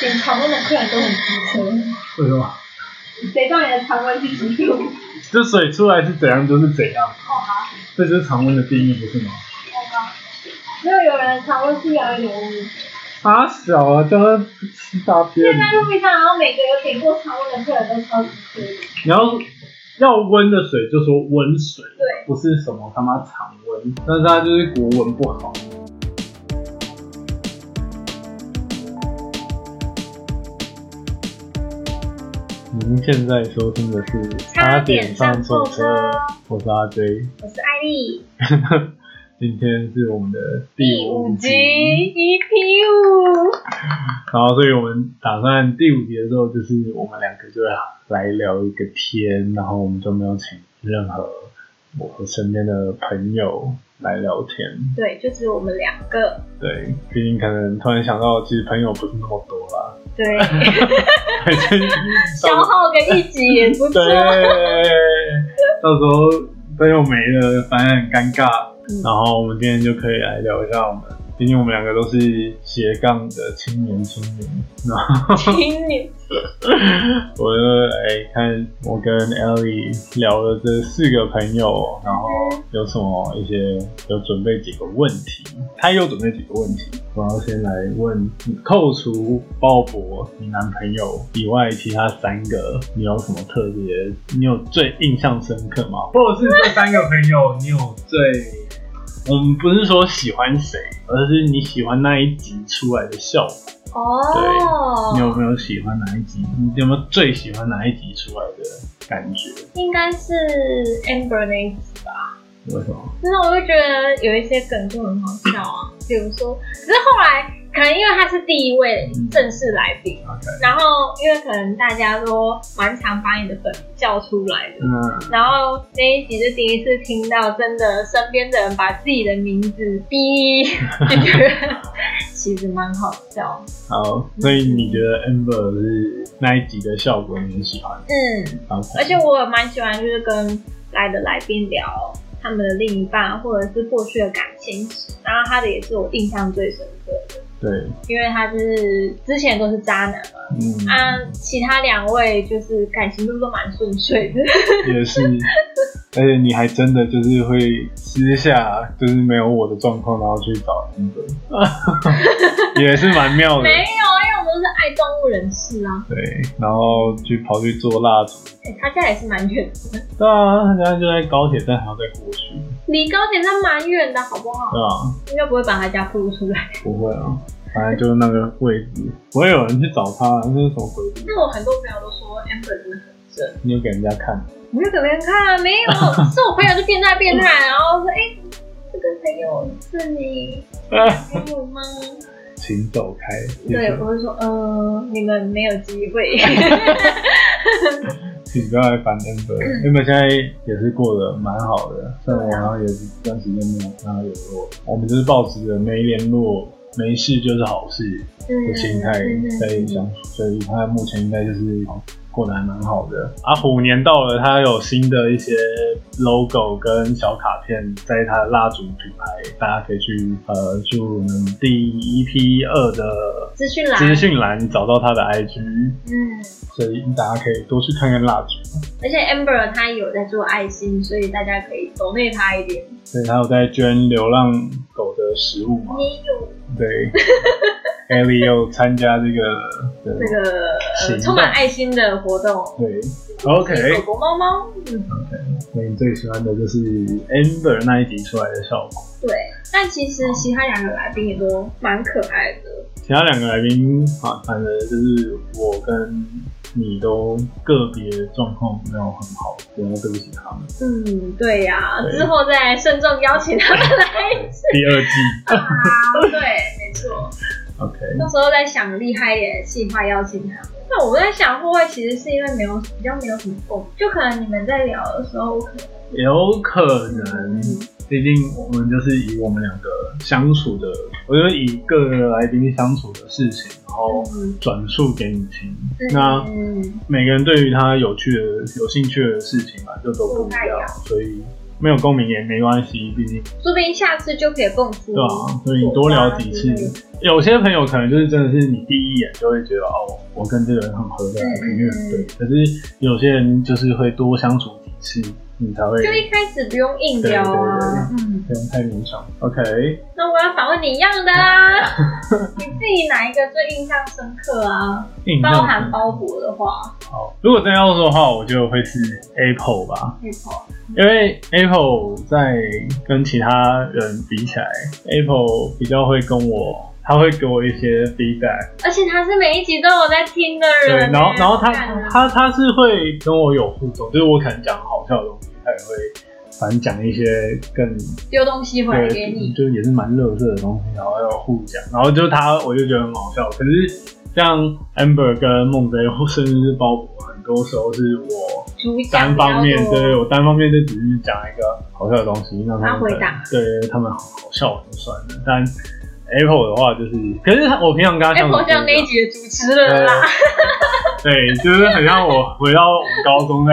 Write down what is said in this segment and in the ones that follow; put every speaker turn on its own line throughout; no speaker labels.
连常温的客人都很机
为什么？
车，谁叫你的常温是几度？
这水出来是怎样就是怎样，
哦啊，
这就是常温的定义，不是吗？
好吧，没有有人常温是越来越浓郁。
啊小啊，叫他吃大便
现。在路面上，然后每个有点过常温的客人都超级车，
你要要温的水就说温水，
对，
不是什么他妈常温，但是他就是国文不好。您现在收听的是《
差点上错车
我是阿 J，
我是艾丽，
今天是我们的第五集，
，E EP 五，
然后所以我们打算第五集的时候，就是我们两个就来聊一个天，然后我们就没有请任何我身边的朋友来聊天，
对，就是我们两个，
对，毕竟可能突然想到，其实朋友不是那么多啊啦，
对，
还是
消耗个一集也不啊错
对，，到时候朋友没了，反正很尴尬。
嗯
然后我们今天就可以来聊一下我们，毕竟我们两个都是斜杠的青年青年。然后
听你，
我就来看我跟 Ellie 聊了这四个朋友，然后有什么一些有准备几个问题，他也有准备几个问题。我要先来问，扣除鲍勃你男朋友以外，其他三个你有什么特别？你有最印象深刻吗？ 或者是这三个朋友，你有最……我们不是说喜欢谁，而是你喜欢那一集出来的效果。你有
哦，
没有喜欢哪一集？你有没有最喜欢哪一集出来的感觉？
应该是 Amber 那一集吧。
为什么？
就是我就觉得有一些梗就很好笑啊，比如说，可是后来可能因为他是第一位正式来宾，
OK
然后因为可能大家都蛮常把你的粉叫出来的，
嗯，
然后那一集是第一次听到真的身边的人把自己的名字逼，就觉得其实蛮好笑。
好，所以你觉得 Amber 是那一集的效果你很喜欢
嗯，
？OK，
而且我也蛮喜欢就是跟来的来宾聊他们的另一半或者是过去的感情史，然后他的也是我印象最深刻的。
对，
因为他就是之前都是渣男嘛，
嗯，
啊，其他两位就是感情路都蛮顺遂 的，
也是，而且你还真的就是会私下就是没有我的状况，然后去找 Amber，也是蛮妙的
没。有，啊因为我们都是爱动物人士啊，
对，然后去跑去做蜡烛，
哎、他家也是蛮远的，
对啊，人家就在高铁站，还要再过去，
离高铁站蛮远的，好不好？
对啊，
应该不会把他家暴露出来。
不会啊，反正就是那个位置，不会有人去找他，那是什么鬼？
那我很多朋友都说 Amber 真的很正，
你有给人家看？
我就给别人看啊， 没有，是我朋友就变态变态，然后说，哎、这个朋友是你还有吗？
请走开。
对，我会说，嗯、你们没有机 会。嗯
请不要来烦 Amber，Amber 现在也是过得蛮好的，虽然我好像也是一段时间没有跟他联络，我们就是保持着没联络。没事就是好事的心态
嗯
在相处，所以他目前应该就是过得还蛮好的。啊，虎年到了，他有新的一些 logo 跟小卡片，在他的蜡烛品牌，大家可以去呃去我们第一批二的
资讯栏，
资讯栏找到他的 IG，
嗯，
所以大家可以多去看看蜡烛，
而且 Amber 她有在做爱心，所以大家可以 donate 她一点。
所以他有在捐流浪狗的食物嘛？
你有
对艾利又参加这个，
这
对
个、
行
呃、充满爱心的活动
对，OK，
狗狗猫猫，嗯，
所以你最喜欢的就是 Amber 那一集出来的效果。
对。但其实其他两个来宾也都蛮可爱的，
其他两个来宾啊，反正就是我跟你都个别状况没有很好，然后对不起他们。
嗯，对呀、
对
之后再慎重邀请他们来
第 二季
啊， 对，没错，
，OK，
到时候再想厉害一点的计划邀请他们。那我在想，会不会其实是因为没有比较没有什么共，就可能你们在聊的时候，我可能
有可能，毕竟我们就是以我们两个相处的，我就以个人来宾相处的事情，然后
嗯
转述给你听。哦那
嗯
每个人对于他有趣的、有兴趣的事情嘛，就都不一
不太一
样
样，
所以没有共鸣也没关系，毕竟
说不定下次就可以蹦出。
对啊，所以你多聊几次。
啊
有些朋友可能就是真的是你第一眼就会觉得哦，我跟这个人很合的，频率
嗯
很对。可是有些人就是会多相处几次，你才会
就一开始不用硬聊啊。嗯，
不用太勉强。OK，
那我要反问你一样的 啊，你自己哪一个最印象深刻啊？
印
包
象
含
深
包裹的话
好。如果真要说的话，我就会是 Apple 吧。
，Apple
因为 Apple 在跟其他人比起来，Apple 比较会跟我，他会给我一些 feedback，
而且他是每一集都有在听的
对，
人欸，
然后然后他
干啊
他他是会跟我有互动，就是我可能讲好笑的东西，他也会反正讲一些更
丢东西回来给
对，
你，
就是也是蛮乐色的东西，然后要互讲，然后就他我就觉得很好笑，可是。像 Amber 跟梦贼，或甚至是包博，很多时候是我
主讲
单方面
比较，多
对我单方面就只是讲一个好笑的东西，让他们可能
他回答
对他们好笑就算了。但 Apple 的话就是，可是他我平常跟他相处
，Apple 像那一集的主持人啦。
对对，就是很像我回到我高中在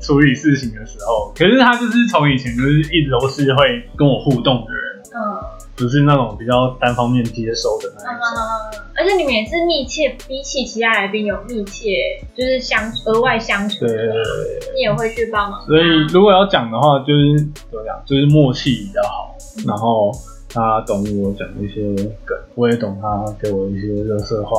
处理事情的时候，可是他就是从以前就是一直都是会跟我互动的人，
嗯
不是那种比较单方面接收的那
嗯
一
嗯
种。
嗯，嗯而且你们也是密切，比起其他来宾有密切，就是相额外相处
对
的，
对对对，
你也会去帮忙。
所以如果要讲的话，就是怎么讲，就是默契比较好，然后他懂我讲一些梗，我也懂他给我一些热色话，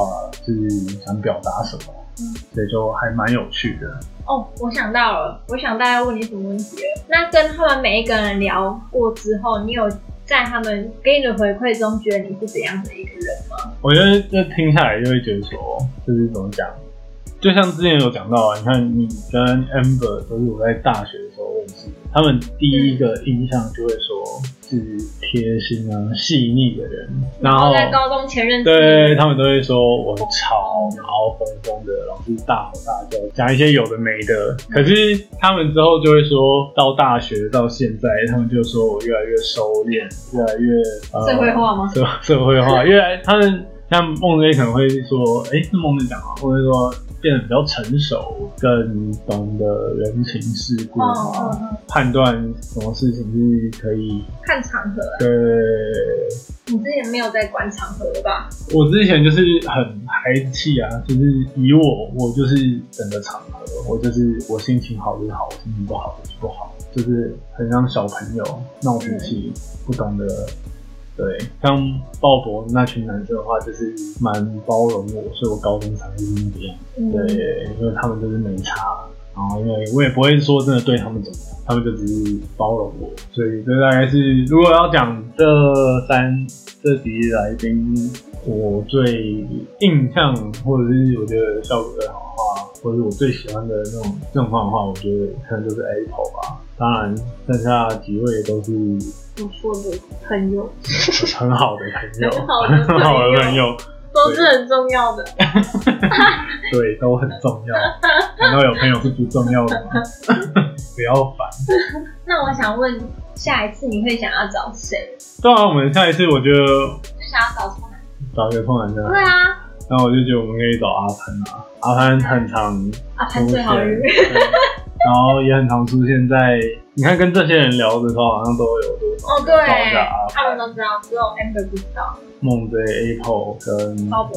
就是想表达什么
嗯，
所以就还蛮有趣的。
哦，我想到了，我想到要问你什么问题了。那跟他们每一个人聊过之后，你有在他们给你的回馈中，觉得你是怎样的一个人？
我觉得这听下来就会觉得说，就是怎么讲，就像之前有讲到啊，你看你跟 Amber 都是我在大学的时候认识的，他们第一个印象就会说是贴心啊、细腻的人，然后
在高中前认识
对
你，
他们都会说我很吵，然后疯疯的，老是大吼大叫，讲一些有的没的。可是他们之后就会说，到大学到现在，他们就说我越来越收敛，越来越、呃、
社会化吗
社社会化，越来他们像梦飞可能会说，哎、是梦飞讲吗？或者说变得比较成熟，更懂得人情世故
哦
啊，
哦哦，
判断什么事情是可以
看场合，哦
对。
你之前没有在管场合吧？
我之前就是很孩子气啊，就是以我，我就是整个场合，我就是我心情好就是好，我心情不好就是不好，就是很像小朋友闹脾气，不懂得。对，像鲍勃那群男生的话，就是蛮包容我，所以我高中才会是那样。
嗯，
对，因为他们就是没差，然后因为我也不会说真的对他们怎么样，他们就只是包容我，所以这大概是如果要讲这三这集来宾，我最印象或者是我觉得效果最好的话，或者是我最喜欢的那种状况的话，我觉得可能就是哎 Apple 吧。当然，剩下几位都是
不错的朋友
很好的朋友，
很好的朋友
很好的 朋友，
都是很重要的，
对，都很重要。难道有朋友是不重要的吗？ 不要烦。
那我想问，下一次你会想要找谁？
当然，我们下一次我觉得
就想要找什么男
找一个空男的，
对啊，
那我就觉得我们可以找阿潘啊。阿潘很常
啊，潘
出
最
现，
好日。
对然后也很常出现在你看跟这些人聊的时候，好像都有多少
哦，对
找一下阿，
他们
潘、
都知道，只有 Amber 不知道。
梦贼、Apple 跟
鲍
勃。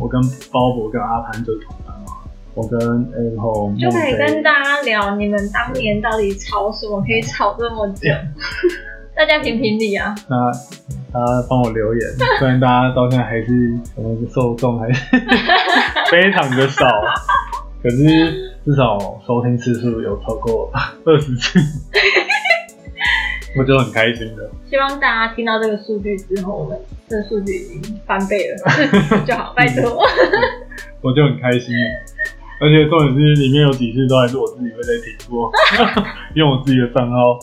我跟鲍勃跟阿潘就是同班嘛，我跟 Apple
就可以跟
梦
大家聊你们当年到底吵什么，可以吵这么久。 大家评评理啊！
贼，那大家帮我留言，虽然大家到现在还是我们的受众还是非常的少，可是至少收听次数有超过二十次，我就很开心的。
希望大家听到这个数据之后，我们这个数据已经翻倍了，四十就好，拜托。
我就很开心了。而且重点是里面有几次都还是我自己会在听播， 用我自己的账号，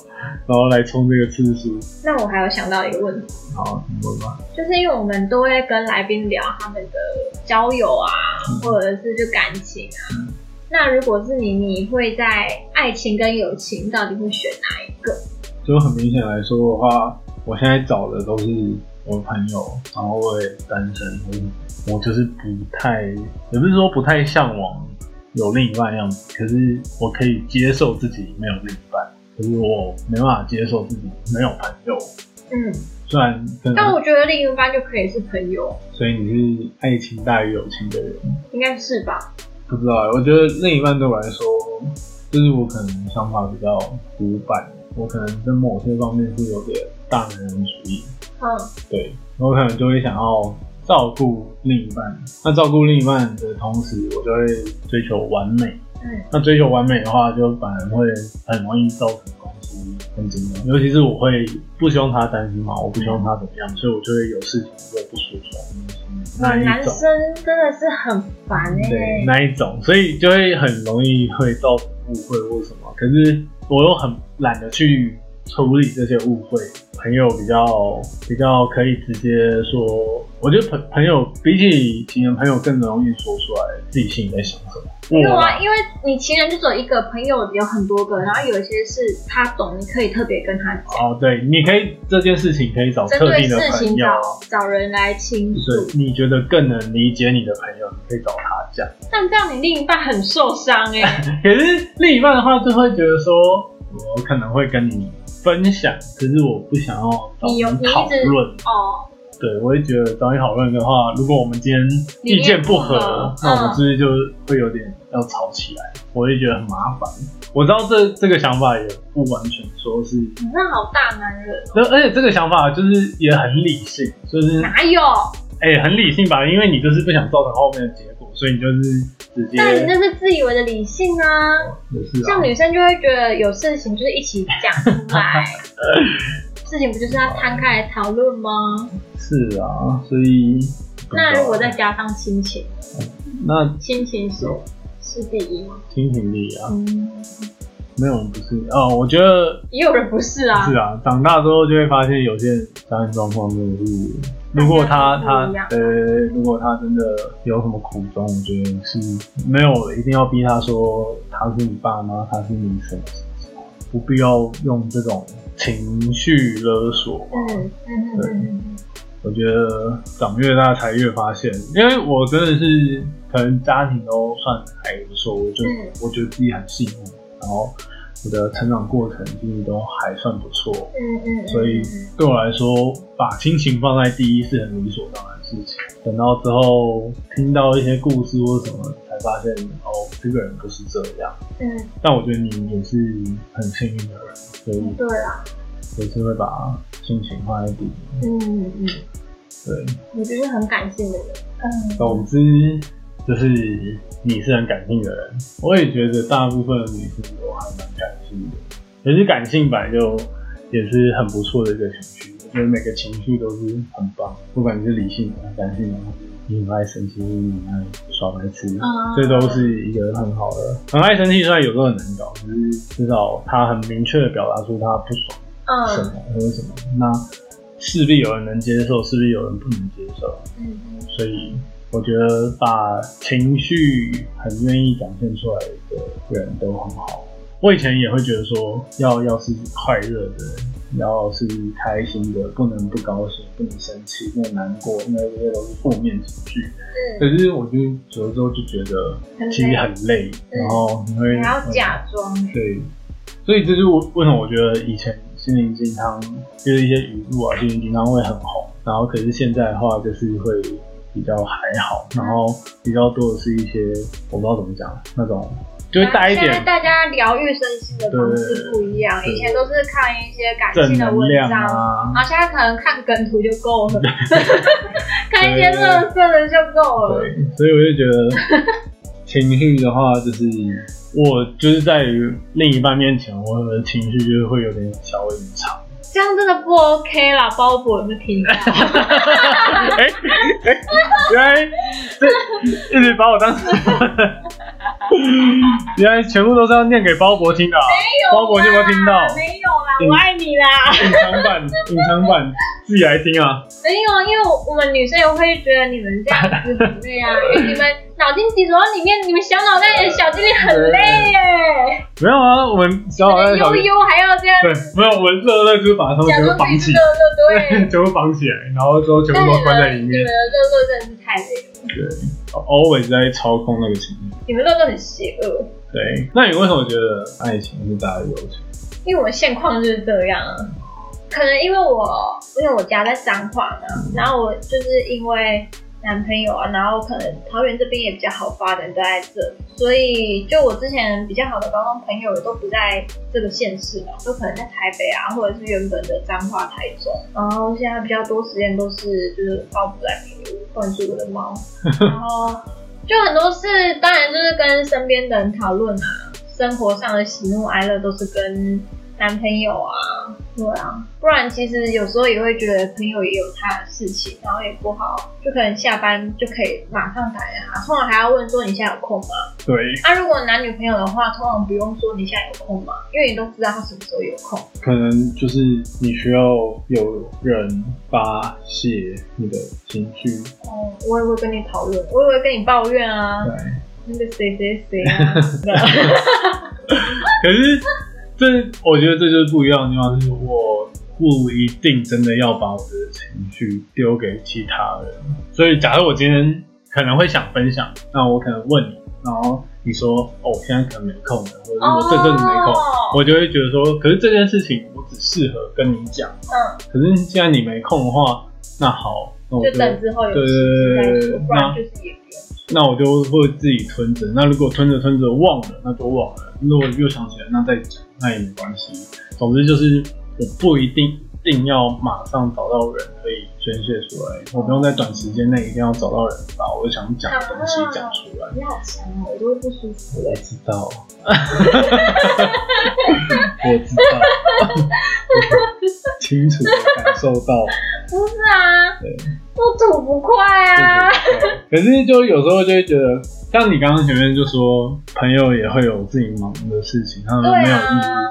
然后来冲这个次数。
那我还有想到一个问题，
好，你问吧。
就是因为我们都会跟来宾聊他们的交友啊，或者是就感情啊。那如果是你，你会在爱情跟友情到底会选哪一个？
就很明显来说的话，我现在找的都是我的朋友，然后我也单身，我我就是不太，也不是说不太向往有另一半的样子，可是我可以接受自己没有另一半，就是我没办法接受自己没有朋友，
嗯，
虽然真
但
的，
我觉得另一半就可以是朋友，
所以你是爱情大于友情的人，
应该是吧？
不知道欸，我觉得另一半对我来说，就是我可能想法比较古板，我可能在某些方面是有点大男人主义，
嗯，
对，我可能就会想要照顾另一半。那照顾另一半的同时，我就会追求完美。
嗯，
那追求完美的话，就反而会很容易造成关系很紧张。尤其是我会不希望他担心嘛，我不希望他怎么样，所以我就会有事情我不说出来，那
嗯男
一种。
生真的是很烦哎、
对那一种，所以就会很容易会造成误会或什么。可是我又很懒得去处理这些误会，朋友比较比较可以直接说，我觉得朋朋友比起情人朋友更容易说出来自己心里在想什么。
没有
我
啊，
啦
因为你情人就只有一个，朋友有很多个，然后有一些是他懂，你可以特别跟他讲，
哦，对，你可以这件事情可以找
针
特
对
定的
事
朋
情啊
友
找，找人来倾
就是
诉。
你觉得更能理解你的朋友，你可以找他讲。
但这样你另一半很受伤 哎、
可是另一半的话，就会觉得说，我可能会跟你分享，可是我不想要找
你有你一直
讨论。
哦，
对，我会觉得找你讨论的话，如果我们今天意见不
理念不合
合，嗯那我们是呃不是就会有点呃要吵起来？我会觉呃得很麻烦。我知道这这个想法也不完全说是，
你真的好大男人，
而而且这个想法就是也很理性，就是
哪有？
哎、很理性吧，因为你就是不想造成后面的结果，所以你就是直接
但你那是自以为的理性啊，
也是啊
像女生就会觉得有事情就是一起讲出来，事情不就是要摊开来讨论吗？
是啊，所以不知道啊
那如果再加上亲情，
那
亲情是是第一吗？
亲情力啊，
嗯，
没有不是啊、我觉得
也有人不是啊，
是啊，长大之后就会发现有些人家庭状况真的是，如果他
大家都
他
不一样
呃，如果他真的有什么苦衷，我觉得是没有一定要逼他说他是你爸妈，他是你什么什么什么，不必要用这种情绪勒索啊吧。
嗯嗯嗯嗯
我觉得长越大才越发现，因为我真的是可能家庭都算还不错，我就、
嗯
我觉得自己很幸运，然后我的成长过程其实都还算不错，
嗯嗯，
所以对我来说，把亲情放在第一是很理所当然的事情。等到之后听到一些故事或什么，才发现哦，这个人不是这样。
嗯
但我觉得你也是很幸运的人，所以
对啦，
也是会把亲情放在第一。
嗯嗯，
对。
我就是很感性的人，嗯，
总之就是你是很感性的人，我也觉得大部分的女生都还蛮感性的，可是感性本来就也是很不错的一个情绪，我觉得每个情绪都是很棒，不管你是理性的、感性的，你很爱生气，你很爱耍白痴，
啊
这都是一个很好的。很爱生气虽然有时候很难搞，可是至少他很明确的表达出他不爽。什么
嗯
或者什么，那势必有人能接受，势必有人不能接受，
嗯嗯
所以我觉得把情绪很愿意展现出来的人都很好。我以前也会觉得说，要要是快乐的，要是开心的，不能不高兴，不能生气，不能难过，因为这些都是负面情绪。可
嗯，
是我就有时候就觉得
很累
其实很累，
嗯
然后你会
你还要假装，
对，所以这就是我为什么我觉得以前心灵鸡汤就是一些语录啊，心灵鸡汤会很红，然后可是现在的话就是会比较还好，然后比较多的是一些我不知道怎么讲那种，就会带一
现在
点
大家疗愈身心的方式不一样，
对
以前都是看一些感
正
性的
能
文
量
章，
啊
然。后现在可能看梗图就够了，看一些乐色的就够了，
对，所以我就觉得情绪的话，就是我就是在于另一半面前，我的情绪就是会有点小隐藏。
这样真的不 OK 啦，包勃有没有听到？
哎哎，原来这一直把我当成， 原来全部都是要念给包伯听的、啊，包伯你有没有听到？
没有啦，
嗯
我爱你啦。
隐藏版，隐藏版，自己来听啊！
没有，因为我们女生也会觉得你们这样子不对啊，因为你们脑筋急转弯里面，你们小脑袋也小精灵很累耶，
没有啊，我们小老在小
悠悠还要这样
对，没有，我们乐乐就是把他们
假
全部
装
绑
自
起
己，乐乐，对。
全部绑起来，然后之后全
但
部
你
都关在
们
里
你们
面
的。乐乐真的是太累了，
对，always 在操控那个情绪。
你们乐乐很邪恶。
对，那你为什么觉得爱情是大于友情？啊
因为我现况就是这样啊。可能因为我因为我家在彰化嘛，然后我就是因为男朋友啊，然后可能桃园这边也比较好发展，都在这，所以就我之前比较好的高中朋友也都不在这个县市嘛，都可能在台北啊，或者是原本的彰化、台中，然后现在比较多时间都是就是抱不来陪我，关注我的猫，然后就很多事，当然就是跟身边的人讨论啊，生活上的喜怒哀乐都是跟男朋友啊，对啊，不然其实有时候也会觉得朋友也有他的事情，然后也不好，就可能下班就可以马上打给他，通常还要问说你现在有空吗？
对，
啊，如果男女朋友的话，通常不用说你现在有空吗？因为你都知道他什么时候有空。
可能就是你需要有人发泄你的情绪，
哦，我也会跟你讨论，我也会跟你抱怨啊，
对。
那个谁谁谁啊，
可是这，我觉得这就是不一样的地方，是我不一定真的要把我的情绪丢给其他人。所以，假如我今天可能会想分享，那我可能问你，然后你说哦，我现在可能没空了，或者是我这阵子没空，
哦
我就会觉得说，可是这件事情我只适合跟你讲，
嗯，
可是既然你没空的话，那好，那我
就等之后有
对
时
对
间再
对对
说，
对
不然就是也不用。
那我就会自己吞着。那如果吞着吞着忘了，那就忘了；如果又想起来，那再讲，那也没关系。总之就是，我不一定一定要马上找到人可以宣泄出来，我不用在短时间内一定要找到人把我想讲的东西讲出来。
你好强哦，我都会不舒服
我
了。
知 道，我知道， 我清楚的感受到。
不是啊
对，
我吐不快啊。
可是就有时候就会觉得，像你刚刚前面就说，朋友也会有自己忙的事情，他们没有义务，
啊，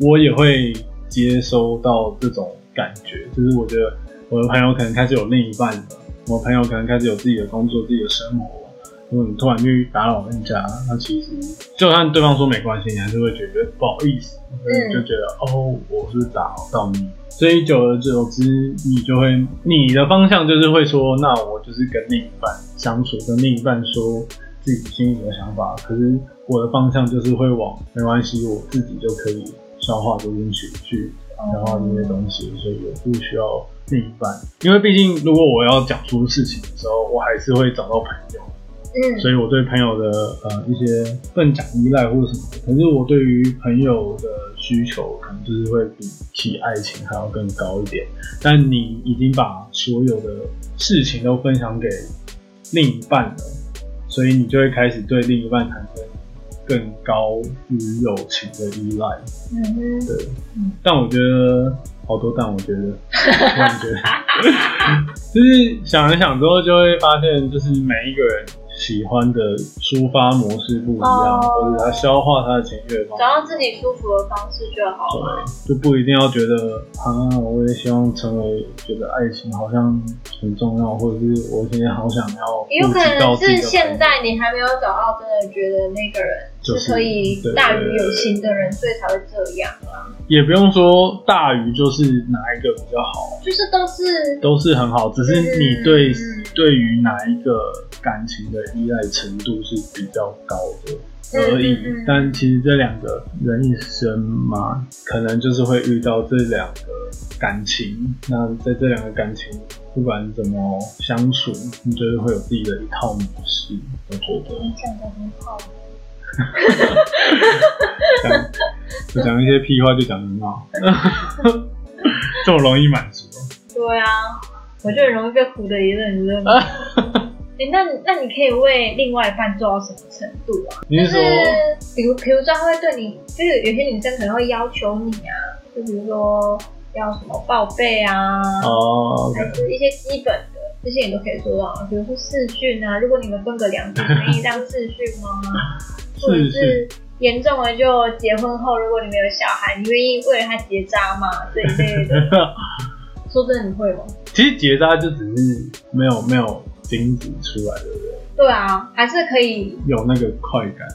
我也会接收到这种感觉，就是我觉得我的朋友可能开始有另一半了，我的朋友可能开始有自己的工作、自己的生活。如果你突然去打扰人家，那其实就算对方说没关系，你还是会觉得不好意思，
嗯
就觉得哦，我是打扰到你。所以久而久之，你就会你的方向就是会说，那我就是跟另一半相处，跟另一半说自己心里的想法。可是我的方向就是会往没关系，我自己就可以消化这些情绪，然后这些东西，所以我不需要另一半。因为毕竟，如果我要讲出事情的时候，我还是会找到朋友。
嗯，
所以我对朋友的呃一些更讲依赖或者什么，可是我对于朋友的需求可能就是会比起爱情还要更高一点。但你已经把所有的事情都分享给另一半了，所以你就会开始对另一半产生更高于友情的依赖。
嗯哼，
但我觉得好多但我 觉得，我也觉得，就是想一想之后就会发现，就是每一个人喜欢的抒发模式不一样，
哦
或者他消化他的情绪的方
找到
式，
自己舒服的方式就好了。
对，就不一定要觉得啊，我也希望成为觉得爱情好像很重要，或者是我现在好想要
也有
顾
可
及到
能
自己
是
的
现
朋友
在你还没有找到真的觉得那个人
就是
是可以大于友情的人，所以才会这样，
也不用说大于就是哪一个比较好。
就是都是
都是很好，只是你对、
嗯
对于哪一个感情的依赖程度是比较高的而已。
嗯嗯嗯
但其实这两个人一生嘛，可能就是会遇到这两个感情。那在这两个感情，不管怎么相处，你就是会有自己的一套模式。我觉得
你讲的很好，
讲就讲一些屁话就讲得 很好， 这么容易满足。
对啊，
嗯
我就很容易被唬的一愣一愣的。哎、那那你可以为另外一半做到什么程度啊？
你
就是是
说？
比如，比如说他会对你，就是有些女生可能会要求你啊，就比如说要什么报备啊，
哦，OK、
还是一些基本的，这些你都可以做到啊。比如说视讯啊，如果你们分隔两 地，可以让视讯吗？或者
是是
是严重的就结婚后，如果你们有小孩，你愿意为了他结扎吗？这一类 的，说真的，你会吗？
其实结扎就只是没有没有精子出来的，
对啊，还是可以。
有那个快感。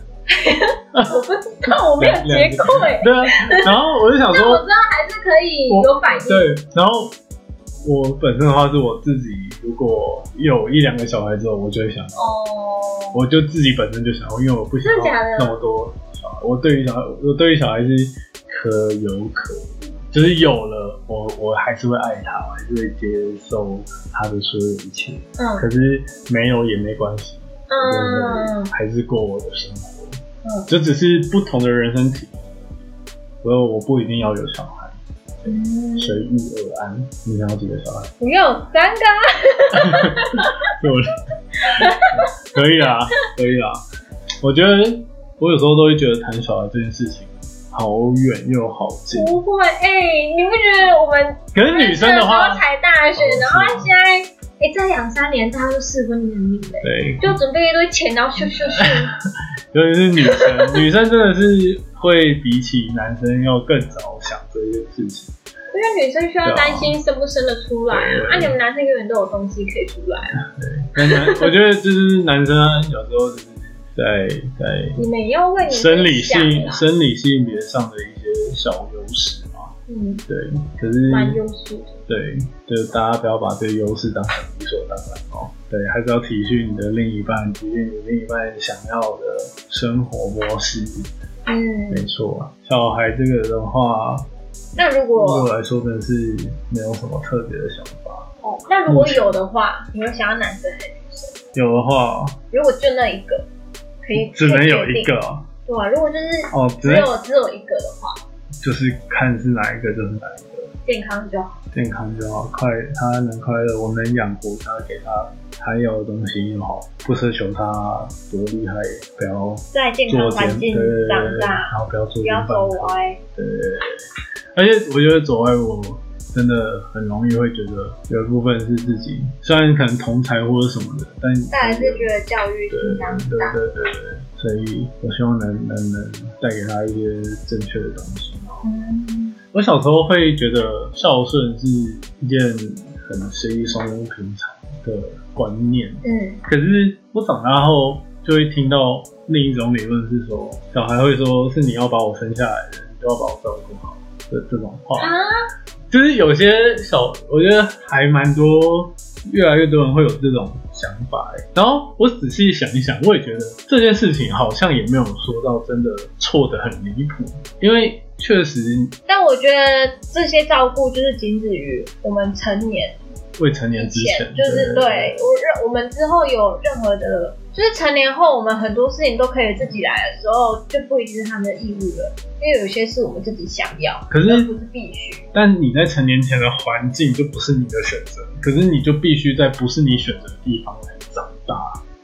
我不知道，我没有结过哎、
对啊，然后我就想
但我
说
知，道还是可以有反应。
对，然后我本身的话是我自己，如果有一两个小孩之后，我就会想，
哦，
我就自己本身就想要，因为我不想要
真的假的
那么多小孩。我对于小孩，我对于小孩是可有可无，就是有了我我还是会爱他，我还是会接受他的所有一切，
嗯
可是没有也没关系，
嗯
我还是过我的生活，
嗯
这只是不同的人生体验，所以我不一定要有小孩，
嗯，
随遇而安。你想要几个小孩？
不用三个啊，
对我 可以啊，可以啊。我觉得我有时候都会觉得谈小孩这件事情好远又好近，
不会哎、你不觉得我们
可是女生的
那时
话
候，才大学
哦，是
然后现在哎、在两三年大家都适婚年龄了，
对，
就准备一堆钱，然后咻咻咻，
尤其是女生，女生真的是会比起男生要更早想这件事情。
因为女生需要
对啊
担心生不生得出来
对
啊，啊你们男生永远都有东西可以出来啊，
但男，我觉得就是男生啊有时候就是在在
你们也要为你们
生理
想
性
啊
生理性别上的一些小优势嘛，
嗯，
对，可是
蛮优秀的，
对，就是大家不要把这个优势当成理所当然哦。对，还是要体恤你的另一半，体恤你另一半想要的生活模式。没
嗯，
错，小孩这个的话，
那如
对
果
我来说真的是没有什么特别的想法。
哦，那如果有的话，你会想要男生还是女生？
有的话，
如果就那一个，可以
只能有
可以决
一
定
个哦，
对啊，如果就是
哦
只
只能
有只有一个的话，
就是看是哪一个就是哪一个。
健康就好。
健康就好，快他能快乐，我能养活他，给他他要的东西就好，不奢求他多厉害，不要
在健
做
康
奸
环境
对对对
长
啊然
大，
后不要做
不
奸
要
犯
走
科
歪。
对，而且我觉得走歪我真的很容易会觉得有一部分是自己，虽然可能同才或者什么的，但
再来是觉得教育
对
紧张
对
大，
对对对，所以我希望能能能带给他一些正确的东西。
嗯
我小时候会觉得孝顺是一件很稀松平常的观念，
嗯
可是我长大后就会听到另一种理论是说，小孩会说是你要把我生下来的，你就要把我照顾好的这种话，
啊，
就是有些小，我觉得还蛮多，越来越多人会有这种想法、欸。然后我仔细想一想，我也觉得这件事情好像也没有说到真的错的很离谱，因为确实
但我觉得这些照顾就是仅止于我们成年
未成年
以
之
前，就是对我认我们之后有任何的，就是成年后我们很多事情都可以自己来的时候，就不一定是他们的义务了，因为有些是我们自己想要，
可是
而不是必须。
但你在成年前的环境就不是你的选择，可是你就必须在不是你选择的地方来长大。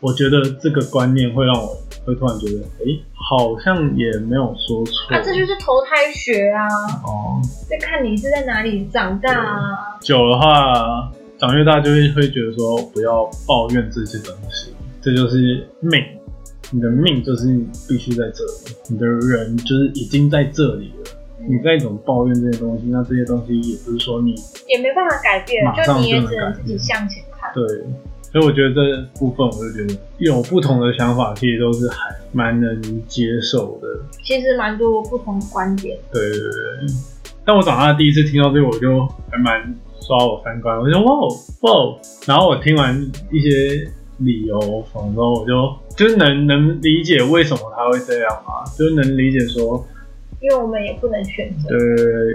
我觉得这个观念会让我会突然觉得，诶，好像也没有说错。
啊，这就是投胎学啊，
哦，
就看你是在哪里长大啊。
久的话，长越大就会会觉得说，不要抱怨这些东西，这就是命。你的命就是必须在这里，你的人就是已经在这里了。你再怎么抱怨这些东西，那这些东西也不是说你
也没办法改变
马，上
就你也
就能
只能
改
自己向前看。
对，所以我觉得这部分我就觉得有不同的想法，其实都是还蛮能接受的。
其实蛮多不同观点，
对对对对。但我长大第一次听到这个，我就还蛮刷我三观，我就哇哦哇哦。然后我听完一些理由什么之后，我就就是能能理解为什么他会这样嘛，就是能理解说，
因为我们也不能选择。
对，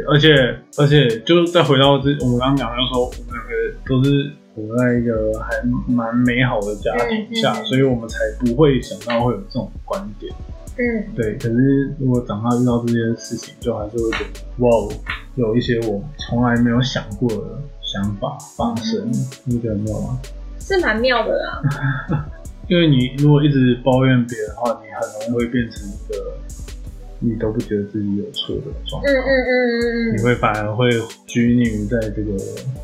而且而且就是再回到这，我们刚刚讲到说，我们两个都是活在一个还蛮美好的家庭下，
嗯嗯
所以我们才不会想到会有这种观点。
嗯，
对，可是如果长大遇到这些事情，就还是会觉得哇哦，有一些我从来没有想过的想法
嗯
发生，你觉得没有吗？
是蛮妙的啦。
因为你如果一直抱怨别人的话，你很容易会变成一个你都不觉得自己有错的状
嗯
况，
嗯嗯嗯
你
嗯，
会反而会拘泥于在这个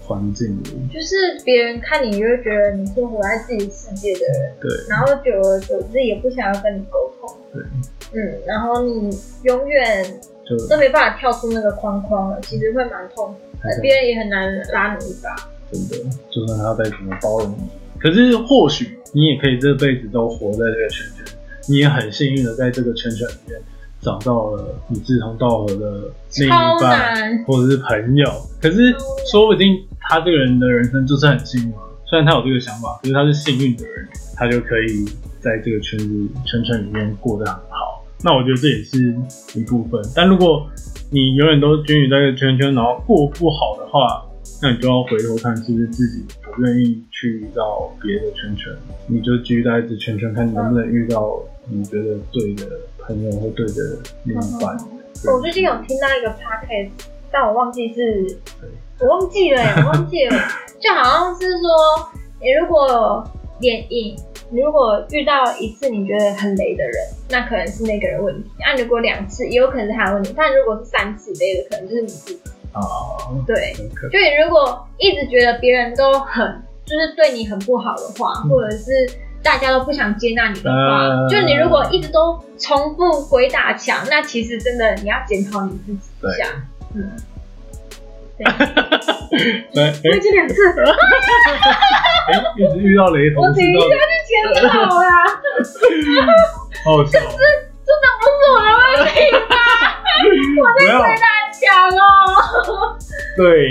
环境里。
就是别人看你，就会觉得你是活在自己世界的人，
对
然后久而久之也不想要跟你沟通。
对，
嗯，然后你永远
就
都没办法跳出那个框框了，其实会蛮痛苦的，别人也很难拉你一把。
真的，就算他再怎么包容你，可是或许你也可以这辈子都活在这个圈圈，你也很幸运的在这个圈圈里面找到了你志同道合的另
超
一半
难。
或者是朋友。可是说不定他这个人的人生就是很幸运啊，虽然他有这个想法，可是他是幸运的人，他就可以在这个圈子圈圈里面过得很好。那我觉得这也是一部分，但如果你永远都均匀在一个圈圈，然后过不好的话，那你就要回头看是不是自己不愿意去到别的圈圈，你就继续在一直圈圈，看你能不能遇到你觉得对的朋友或对的另一半。
嗯我最近有听到一个 podcast，但我忘记是，我忘记了耶，我忘记了，就好像是说，你如果联谊，你如果遇到一次你觉得很雷的人，那可能是那个人问题；啊，如果两次，也有可能是他的问题；但如果是三次雷的，可能就是你自己。
啊，
对，
很可
就你如果一直觉得别人都很，就是对你很不好的话，
嗯
或者是大家都不想接纳你的话，
嗯
就你如果一直都重复鬼打墙，那其实真的你要检讨你自己一下。嗯，
哎
我已经两次，
哎哎，一直遇到雷同
我
事
等一下
到底，
就检讨啦，
好好笑哦，
这种不是我的问题，
不
啊
要
讲哦。
对，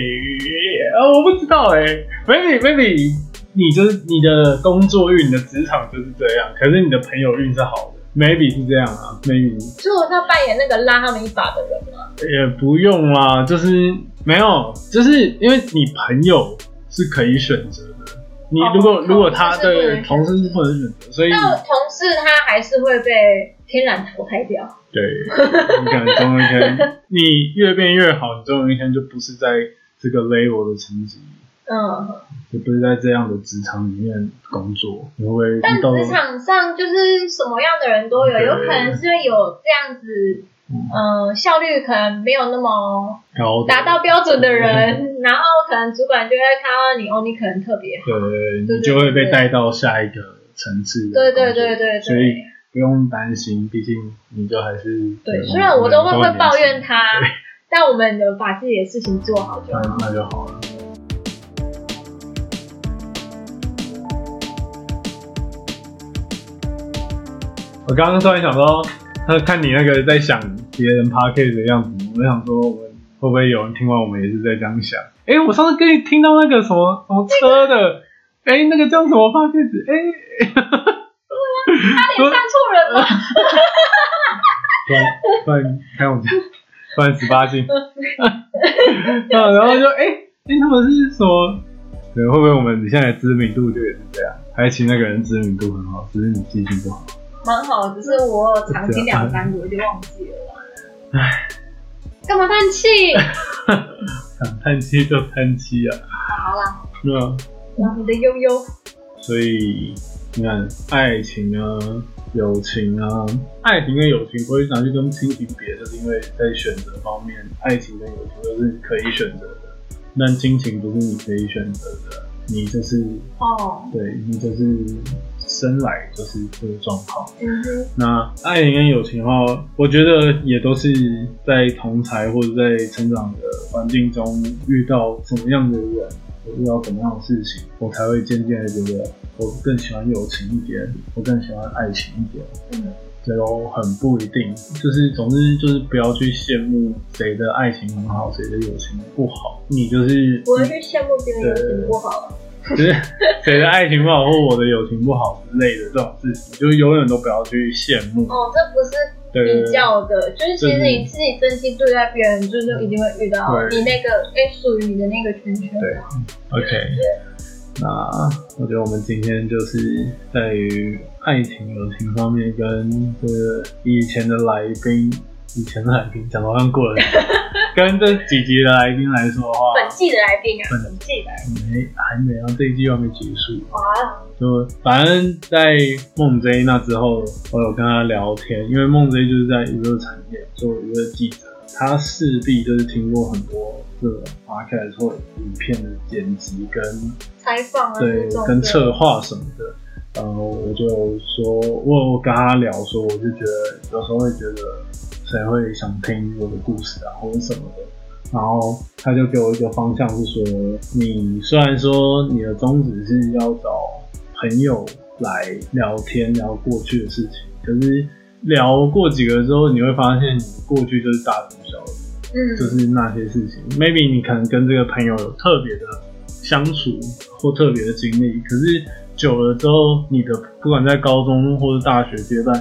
呃，我不知道哎、m a y b e maybe 你就是你的工作运、你的职场就是这样，可是你的朋友运是好的，maybe 是这样啊，maybe
所以我是要扮演那个拉他们一把的人嘛。
也不用啦，就是没有，就是因为你朋友是可以选择的，你
哦
如果、
同事
如果他
是不能
对同事是不能选择，所以
但我同事他还是会被天然淘汰掉。
对，你可能总有一天你越变越好，你总有一天就不是在这个 level 的层级。
嗯。
你不是在这样的职场里面工作，你会
但
遇到
职场上就是什么样的人都有，
对
有可能是有这样子，
嗯
呃，效率可能没有那么
高的
达到标准的人， 然后可能主管就会看到你哦，你可能特别好，
对，
对
你就会被带到下一个层次的
对
工作。
对对对
所以
对
不用担心，毕竟你就还是
对，虽然我都会会抱怨，他
对，
但我们有把自己的事情做好就
那
好。
那就好了。我刚刚突然想到，他看你那个在想别人 p a r k e 的样子，我想说我们会不会有人听完我们也是在这样想？哎、我上次跟你听到那个什么什么车的，哎、那个叫什么 p a r k e 哎、
差点上错人了，
突然突然开我讲，突然十八禁， 啊，然后就哎哎、诶他们是什么？对，会不会我们现在的知名度就也是这样？还其实那个人知名度很好，只是你记性不好。
蛮好，只是我有长期两三我就忘记了。干嘛叹气？
想叹气就叹气啊，
好啦，
对啊。
你的悠悠，
所以你看，爱情啊，友情啊，爱情跟友情不会拿去跟亲情比，就是因为在选择方面，爱情跟友情都是可以选择的，但亲情不是你可以选择的，你就是
哦，
对你就是生来就是这个状况。
嗯哼。
那爱情跟友情的话，我觉得也都是在同才或者在成长的环境中遇到什么样的人，我遇到什么样的事情，我才会渐渐的觉得我更喜欢友情一点，我更喜欢爱情一点。
嗯
这都很不一定，就是总之就是不要去羡慕谁的爱情很好，谁的友情不好，你就是
我要去羡慕别人有钱不好了。
就是谁的爱情不好或我的友情不好之类的这种事情，就是永远都不要去羡慕。
哦，这不是
对对
比
对，
较的，就是其实你自己真心对待别人，就是一定会遇到
对
你那个哎属于你的那个圈圈。
对 OK，那我觉得我们今天就是在于爱情、友情方面，跟这个以前的来宾、以前的来宾讲得好像过了很久，跟这几集的来宾来说的话，
本季的来宾啊，
本
本季的来宾
没还没啊，这一季又还没结束。
哇，
就反正在梦 J 那之后，我有跟他聊天，因为梦 J 就是在娱乐产业做娱乐记者，他势必就是听过很多这种 podcast 或影片的剪辑跟
采访啊，
对
这种
跟
的
策划什么的。呃，我就说，我有跟他聊说，我就觉得有时候会觉得谁会想听我的故事啊，或者什么的。然后他就给我一个方向，是说你虽然说你的宗旨是要找朋友来聊天，聊过去的事情，可是聊过几个之后，你会发现你过去就是大同小异。
嗯，
就是那些事情。Maybe 你可能跟这个朋友有特别的相处或特别的经历，可是久了之后，你的不管在高中或者大学阶段，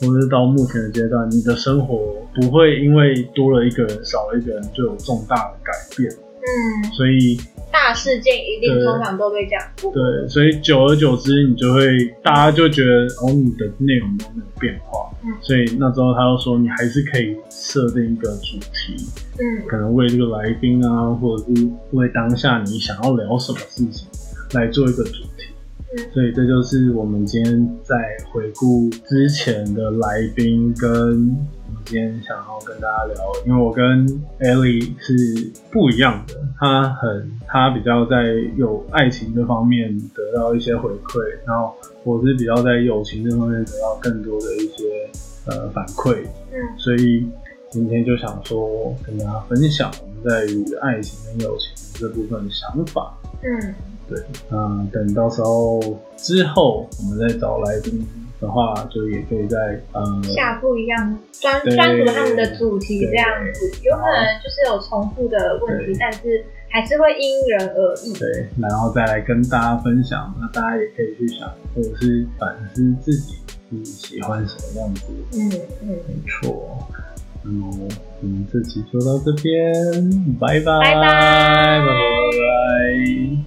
或是到目前的阶段，你的生活不会因为多了一个人、少了一个人就有重大的改变。
嗯，
所以，
大事件一定
对
通常都被讲过。
对，所以久而久之，你就会大家就觉得哦，你的内容都没有变化。
嗯
所以那时候他又说，你还是可以设定一个主题，
嗯
可能为这个来宾啊，或者是为当下你想要聊什么事情来做一个主题。
嗯
所以这就是我们今天在回顾之前的来宾，跟我们今天想要跟大家聊，因为我跟 Ellie 是不一样的，她很她比较在有爱情这方面得到一些回馈，然后我是比较在友情这方面得到更多的一些呃反馈，
嗯
所以今天就想说跟大家分享我们在于爱情跟友情这部分的想法。
嗯，
嗯，等到时候之后我们再找来宾的话，就也可以在呃
下不一样，专
对
专属他们的主题这样子，有可能就是有重复的问题
对，
但是还是会因人而异。
对，然后再来跟大家分享。那大家也可以去想，或者是反思自己是喜欢什么样子。
嗯嗯，
没错，嗯，我们这期就到这边，拜拜，
拜拜
拜拜，拜拜。